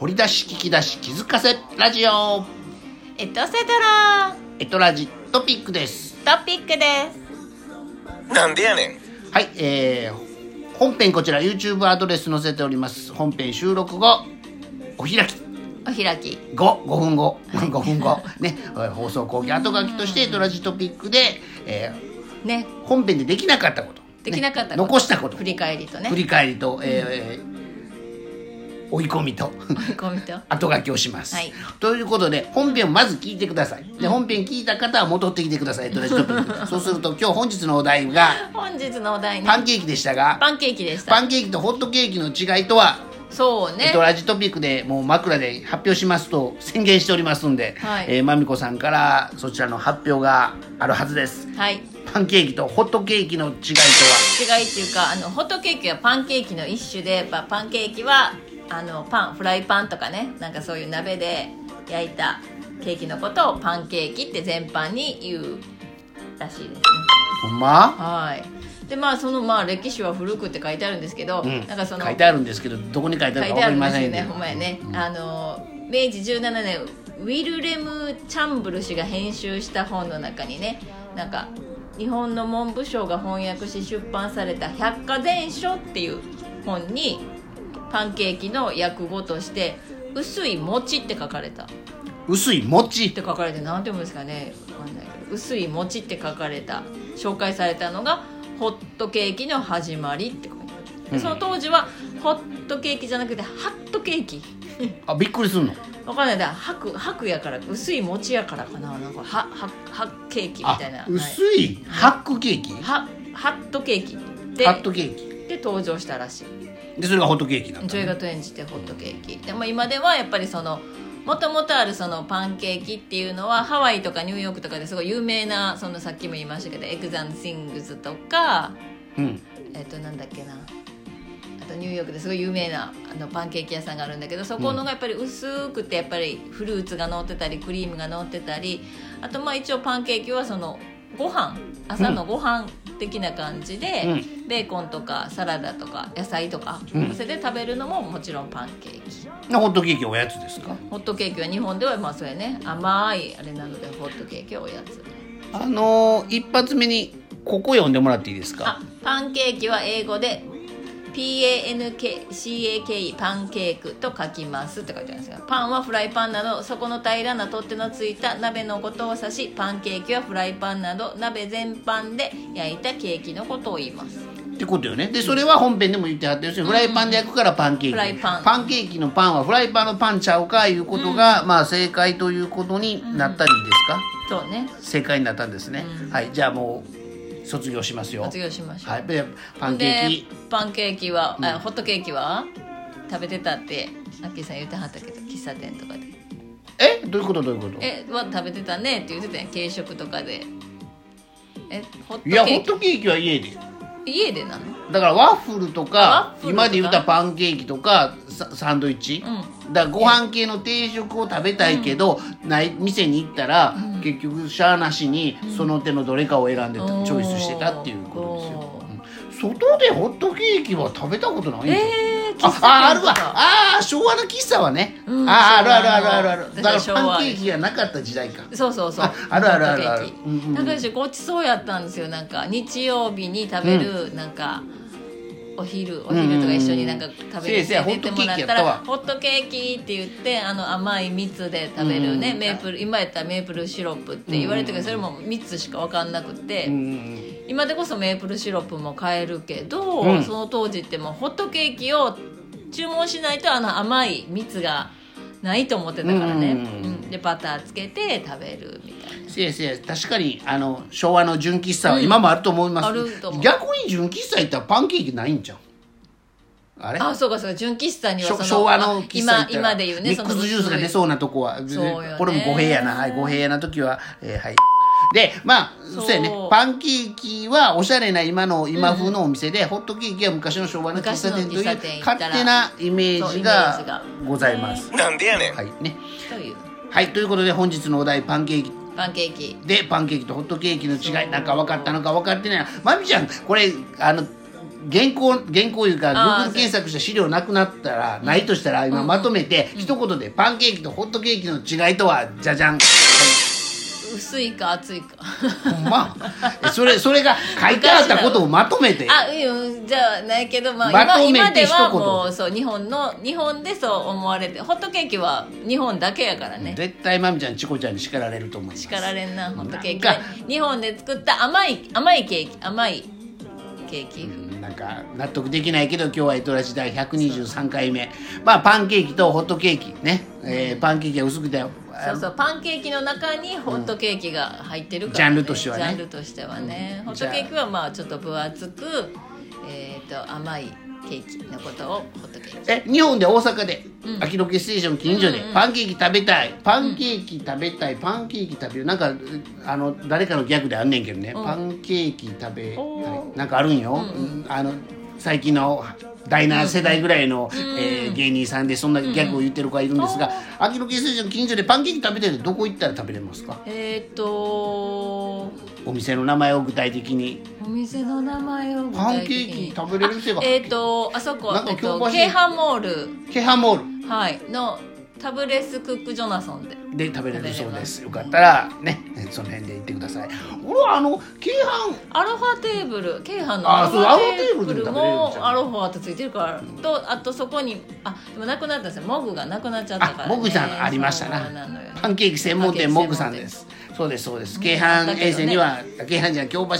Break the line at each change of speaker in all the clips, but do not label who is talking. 掘り出し聞き出し気づかせラジオ
エトセトラ
エトラジトピックです
トピックです
なんでやねん
はいえー、本編こちら YouTube アドレス載せております本編収録後お開き
お開き
後5分後 5分後ね えー放送後期後書きとしてエトラジトピックで、え
ね
ー本編でできなかったこと
できなかった
ね残したこと
振り返りとね
振り返りと、えー追い込みと
こう見て
後書きをします、
はい
ということで本編をまず聞いてくださいで本編聞いた方は戻ってきてください、とりあえずトピッ クそうすると今日本日のお題が
本日のお題ね
パンケーキでしたが
パンケーキでした
パンケーキとホットケーキの違いとは、
そう
え
ね
っと、ラジトピックでもう枕で発表しますと宣言しておりますんで、
はい
えーまみこさんからそちらの発表があるはずです
はい違い
パンケーキとホットケーキの違いと
っていうかあのホットケーキはパンケーキの一種でやっぱパンケーキはあのパンフライパンとかねなんかそういう鍋で焼いたケーキのことをパンケーキって全般に言うらしいですね
はほんま
はいでまあそのまあ歴史は古くって書いてあるんですけど、
うん、
なんかその
書いてあるんですけどどこに書いてあ
書
るか分
いてあ
かり
るんで
ますせ
よ
んけ
ね
ど
ほんまやね、あの明治17年ウィルレム・チャンブル氏が編集した本の中にねなんか日本の文部省が翻訳し出版された「百科全書」っていう本にパンケーキの訳語として「薄い餅」って書かれたっ
薄い餅
て書かれて何て読むんですかねわかんないけど「薄い餅」って書かれた紹介されたのが「ホットケーキの始まり」って書いてあるでその当時はホットケーキじゃなくてハットケーキ
あびっくりするの
わかんないだ白白やから薄い餅やからかななんかはははケーキみ
あ
たいな
薄いハックケーキ
はハットケーキで
ハットケーキ
で登場したらしい
でそれがホットケーキなんだ
女優がと演じてホットケーキでも今ではやっぱりそのもともとあるそのパンケーキっていうのはハワイとかニューヨークとかですごい有名なそのさっきも言いましたけどエクザンシングズとか
うん
えっとなんだっけなあとニューヨークですごい有名なあのパンケーキ屋さんがあるんだけどそこのがやっぱり薄くてやっぱりフルーツが乗ってたりクリームが乗ってたりあとまあ一応パンケーキはそのご飯朝のご飯的な感じで、
う
ベーコンとかサラダとか野菜とか
うん
それで食べるのももちろんパンケーキ
でホットケーキおやつですか
ホットケーキは日本ではまあそうやね甘いあれなのでホットケーキはおやつ
あのー、一発目にここ読んでもらっていいです
あ
か
パンケーキは英語で PANCAKE パンケークと書きますって書いてあるんですがパンはフライパンなど底の平らな取っ手のついた鍋のことを指しパンケーキはフライパンなど鍋全般で焼いたケーキのことを言います
ってことよねでそれは本編でも言ってはって要するにフライパンで焼くからパンケーキ、
フライパン
ケーキのパンはフライパンのパンちゃうかいうことが、まあ正解ということになったりですか、
そうね
正解になったんですね、
うん
はいじゃあもう卒業しますよ
卒業しましょう、
はいでパンケーキ
でパンケーキは、あホットケーキは食べてたってアッキーさん言ってはったけど喫茶店とかで
えどういうことどういうこと
えは食べてたねって言ってたやん軽食とかでえホット
いやホ
ケー
ットケーキは家で
キ家でなの
だからワッフルとか
ワッフルとか
今で言ったパンケーキとかササンドイッチ、だからご飯系の定食を食べたいけど、ない店に行ったら、結局しゃあなしにその手のどれかを選んでた、
うん
チョイスしてたっていうことですよ
お
う
ー
ん外でホットケーキは食べたことないよ
えー、喫茶
あ
店とか
ああるわああ昭和の喫茶はね、
うん
あああ
昭
るあ
和
る
の
あるあるあるだから
私は昭和
パンケーキがなかった時代か
そうそうそう
ああるあるあるある
ホットケ
うんうんうん
ーキなんか私ごちそうやったんですよなんか日曜日に食べるなんか、お昼お昼とか一緒になんか食べ
せい
る
せい
連れてってもらったら「ホットケーキ」って言ってあの甘い蜜で食べるね、
うん
メープル今やったらメープルシロップって言われてるけどそれも蜜しか分かんなくて、
うんうん
今でこそメープルシロップも買えるけど、
うん
その当時ってもうホットケーキを注文しないとあの甘い蜜がないと思ってたからね、
うん
うんでバターつけて食べるみたいな
せいせい確かにあの昭和の純喫茶は今もあると思います、
うんあると思う
逆に純喫茶行ったらパンケーキないんじゃんあれ
あそうかそうか純喫茶には
し
そ
ょ
の
昭和の喫茶行
今
ったら
今で言うね
ミックスジュースが出そうなとこは、
そうよね
これも語弊やなはい語弊やな時は、えーはいでまあ
そ
そううやねパンケーキはおしゃれな今の今風のお店で、ホットケーキは昔の昭和の喫茶店という
昔の喫茶店行った
勝
ら
手なイメー
そう
ジ
イメー
が
ジが
ございます、
なんでやねん
はいね
という
はいということで本日のお題パンケーキ
パンケーキ
でパンケーキとホットケーキの違いなんか分かったのか分かってないなまみちゃんこれあの原稿原稿いうか
あー
Google 検索した資料なくなったらないとしたら今まとめて一言でパンケーキとホットケーキの違いとはじゃじゃん
薄いか厚いか
ほんまえそれそれが書いてあったことをまとめて
あうんじゃあないけどまあ
まと
今今
めて
で
一言
はもうそう日本の日本でそう思われてホットケーキは日本だけやからね
絶対まみちゃんチコちゃんに叱られると思います
叱られんなホットケーキ
なんか
日本で作った甘い甘いケーキ甘いケーキ、
うんなんか納得できないけど今日はエトラジ第123回目まあパンケーキとホットケーキね、えーパンケーキは薄くて
そうそうパンケーキの中にホットケーキが入ってるから、
ジャンルとしてはね
ジャンルとしてはね、
うん
ホットケーキはまあちょっと分厚く、えー、と甘いケーキのことをホットケーキ
え日本で大阪で、秋ロケステーション近所で、パンケーキ食べたいパンケーキ食べたいパンケーキ食べるなんかあの誰かのギャグであんねんけどね、パンケーキ食べたいなんかあるんよ、うんあの最近の第7世代ぐらいの、えー芸人さんでそんなギャグを言ってる子がいるんですが、秋ロケステーション近所でパンケーキ食べたいってどこ行ったら食べれますか
えっ、と
お店の名前を具体的に
お店の名前を具
パン
体
ケ
的
ーキ
に
食べれる店が
えっ、とあそこ
なんか
えっと
京橋
京阪モー
ケハモー
ル、はい、のタブレスクックジョナソンで
ルで食べれるそうですよかったらねその辺で行ってください俺はあの京阪
アロハテーブル京阪の
あ
アロ
そう
ハテー
アロハテー
ブ
ブルで食べれる
ル
ん
も
ちゃう
アロハってついてるからとあとそこにあでもなくなったんですよモグがなくなっちゃったから、
あ
ね、
モグさんありました
そ
な
うなのよ
パンケーキ専門店
パン
モ
ケー
グ
キ専
さ
門
んで
店
すそうですそうです京阪衛星には京阪じゃない京橋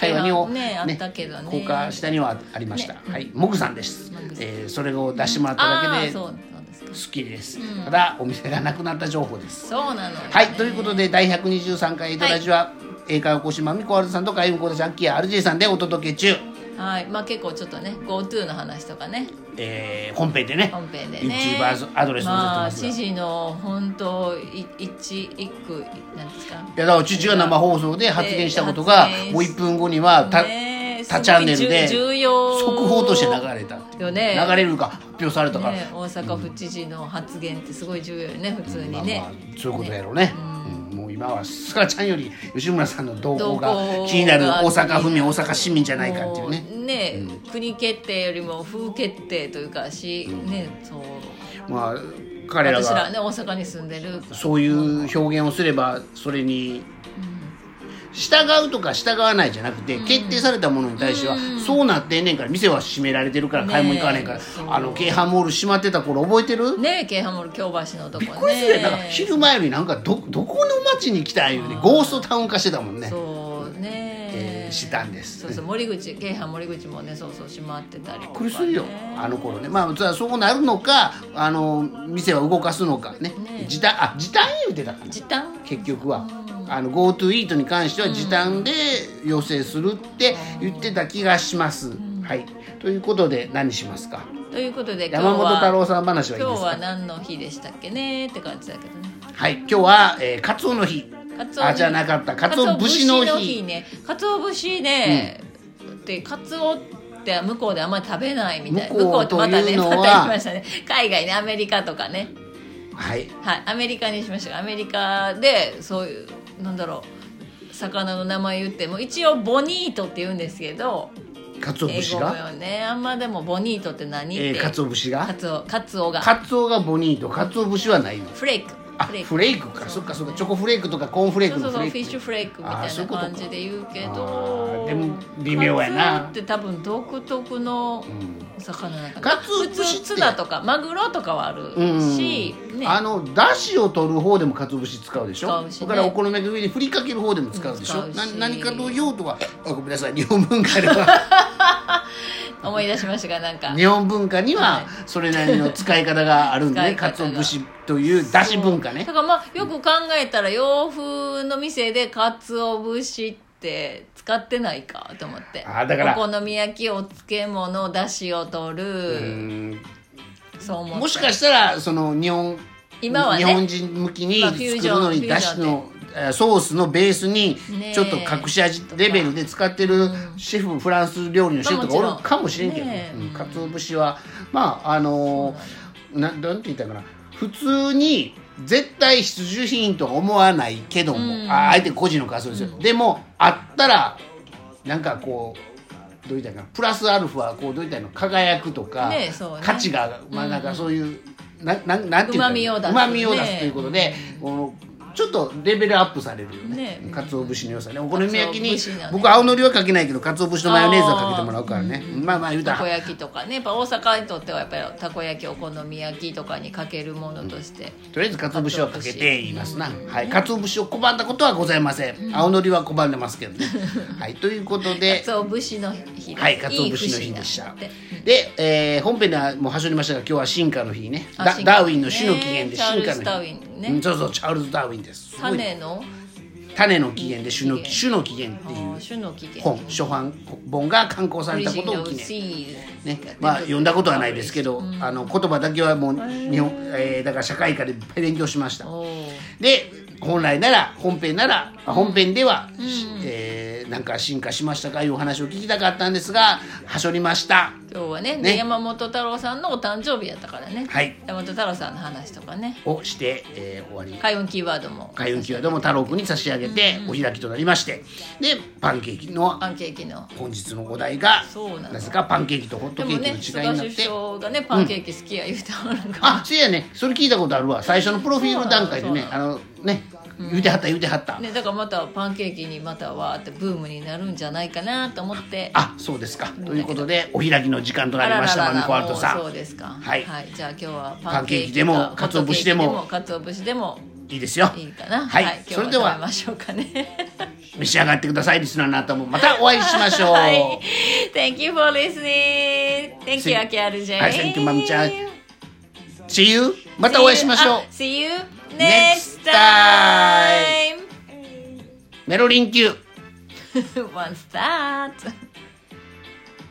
会話にも
京阪ねあったけどね
高架下にはありました、はいモグさんです
モグさん
えーそれを出してもらった
あ
だ
あ
け
ー
で
そう
好
なんですか
きです、ただお店がなくなった情報です
そうなのよね、
はい、ということで第123回「エトラジオは」英会話講師まみこはるさんと海運講座ジャッキー RJ さんでお届け中、
はいまあ結構ちょっとね GoTo の話とかね
えー、本編でね
本編でね
YouTuber アドレス載せて
まあ
ますが、
知事の本当い一一句なんですか
いやだから父が生放送で発言したことが
で発言し
もう1分後にはた、
ねえ
他チャンネルです
ごい重要
速報として流れたっていう
よね
流れるか発表されたから、
ね、大阪府知事の発言ってすごい重要よね普通にね、
まあまあそういうことやろうねうんもう今はスカちゃんより吉村さんの動向が
動向が
気になる大阪府民大阪市民じゃないかっていうね
もうね国決定よりも府決定というかし、ねそう
まあ彼ら
私
が
らね大阪に住んでる
そういう表現をすればそれに従うとか従わないじゃなくて決定されたものに対してはそうなってんねんから店は閉められてるから買い物行かねんから
ねえ
あの京阪モール閉まってた頃覚えてる
ね京阪モール京橋のとこね
これするやんなんか昼前よりなんかどどこの町に来たんよねゴーストタウン化してたもんね
そうね、
えーしたんです
そうそう森口京阪森口もねそうそう閉まってたりとかね、
びっくりするよあの頃ねまあじゃあそうなるのかあの店は動かすのかね
ねえ
時短あ時短言うてたから
時短
結局は、あの GoTo イートに関しては時短で要請するって言ってた気がします。はい、ということで何しますか
ということで今日は
山本太郎さん話はいい
今
で
日
す
は
か
何の日でしたっけねって感じだけどね
はい今日は、えー、カツオの日
鰹
あじゃなかったカツオ節の日
鰹節ねかつお節ね、でかつおって向こうであんまり食べないみたいな
向こう
ってまた
とい
ね
うの
ま
は
た言いましたね海外ねアメリカとかね
はい
はいアメリカにしましたがアメリカでそういうなんだろう魚の名前言っても一応ボニートって言うんですけど
カツオ
英
節
語も
が、
よねあんまでもボニートって何って、
えー、カツオ節が
カツオカツオが
カツオがボニーとカツオ節はないの
フレーク
あフレークかそっかそっかチョコフレークとかコーンフレー
そ
ク
うそ
の
う
フ
そう
レーク
フィッシュフレークみた
あ
い
そういう
な
ことか
感じで言うけ
あ
ど
ーでも微妙やな
カツオって多分独特のお魚だから、
カツオ
普
節って
通ツナとかマグロとかはある
うん
し、ね
あのだしを取る方でも鰹節使うでし
使
ょ
うしね
だからお好み焼きの上に振りかける方でも使うでしょ
うん使
な
うし
何かと用途はあごめんなさい日本文化で は
思い出しましたがなんか
日本文化に
は
はいそれなりの使い方があるんでね
使い方
鰹
が
節というだし文化ね
だからまあよく考えたら洋風の店でかつお節って使ってないかと思って
あーだから
お好み焼きお漬物だしを
う
取る
ん
そう思って
もしかしたらその日本
今はね
日本人向きに
まあフュー
作
ジョン
るのに
フュージョン
だしのえーソースのベースに
ねえ
ちょっと隠し味レベルで使ってるシェフ、フランス料理のシェフとかおるかもしれんけど、
ねえ
うんかつお節はまああのーななんて言ったかな普通に絶対必需品とは思わないけども、ああえて個人の感想ですよ、でもあったらなんかこうどういったらいいかなプラスアルファこうどういったらいいの輝くとか、
ねえそうね
価値がまあなんかそういう、ななんなんていう
旨味を出す
うまみを出すということで、このちょっとレベルアップされるよね
ねえ
鰹節の良さねお好み焼きに、
鰹節のね
僕青のりはかけないけど鰹節のマヨネーズはかけてもらうからねまあまあ言うた
たこ
ら
焼きとかねやっぱ大阪にとってはやっぱりたこ焼きお好み焼きとかにかけるものとして、
とりあえず鰹節はかけて言いますなはい鰹節を拒んだことはございません青のりは拒んでます けどねはいということで
鰹節の日です
はい、かつお節の日でした
いい節だって。
で、えー本編ではもう端折りましたが、今日は進化の日ね。
あ
ダ
進化
ダーウィンの死の起源で
ねチャー
進
ルズ
化の日。
ダーウィンね
うんそうそう、チャールズ・ダーウィンです。すごい
種の
種の起源で種の
起源
種の起源って
あー
い
種の起
う
源
本、初版本が刊行されたことを記念。ねまあ、読んだことはないですけど、あの言葉だけはもう日本、えーだから社会科でいっぱい勉強しました。
おー
で本来なら本編ならあ本編では、しえーなんか進化しましたかいうお話を聞きたかったんですがはしょりました
今日はね
ね
で山本太郎さんのお誕生日やったからね、
はい
山本太郎さんの話とかね
をして、えー終わり
開運キーワードも
開運キーワードも太郎くんに差し上げてお開きとなりましてでパンケーキの
パンケーキの
本日のお題が
そうなの
なぜかパンケーキとホッ
で
トケ
も
ーキの違
ね
い
菅
になっ
首
て、
相がねパンケーキ好きや言うてはるから、
あそうやねそれ聞いたことあるわ最初のプロフィール段階でね
そう
あのね言うてはった言うてはった、
ね、だからまたパンケーキにまたわーってブームになるんじゃないかなと思って
あそうですかということでお開きの時間となりましたマミコアルトさん
もうそうですか
はい
じゃあ今日は
パンケーキでも
か
鰹節でも
かつお節でも
いいですよ
いいかな
はい、
今日
それで
は食べ
は
ましょうかね
召し上がってくださいリスナーのあなたもまたお会いしましょう、
はい Thank you for listening Thank you
See-
アキアルジェ
はい Thank you まみちゃん See you またお会いしましょう
See you
Next
next
time
time
メロリン級
One start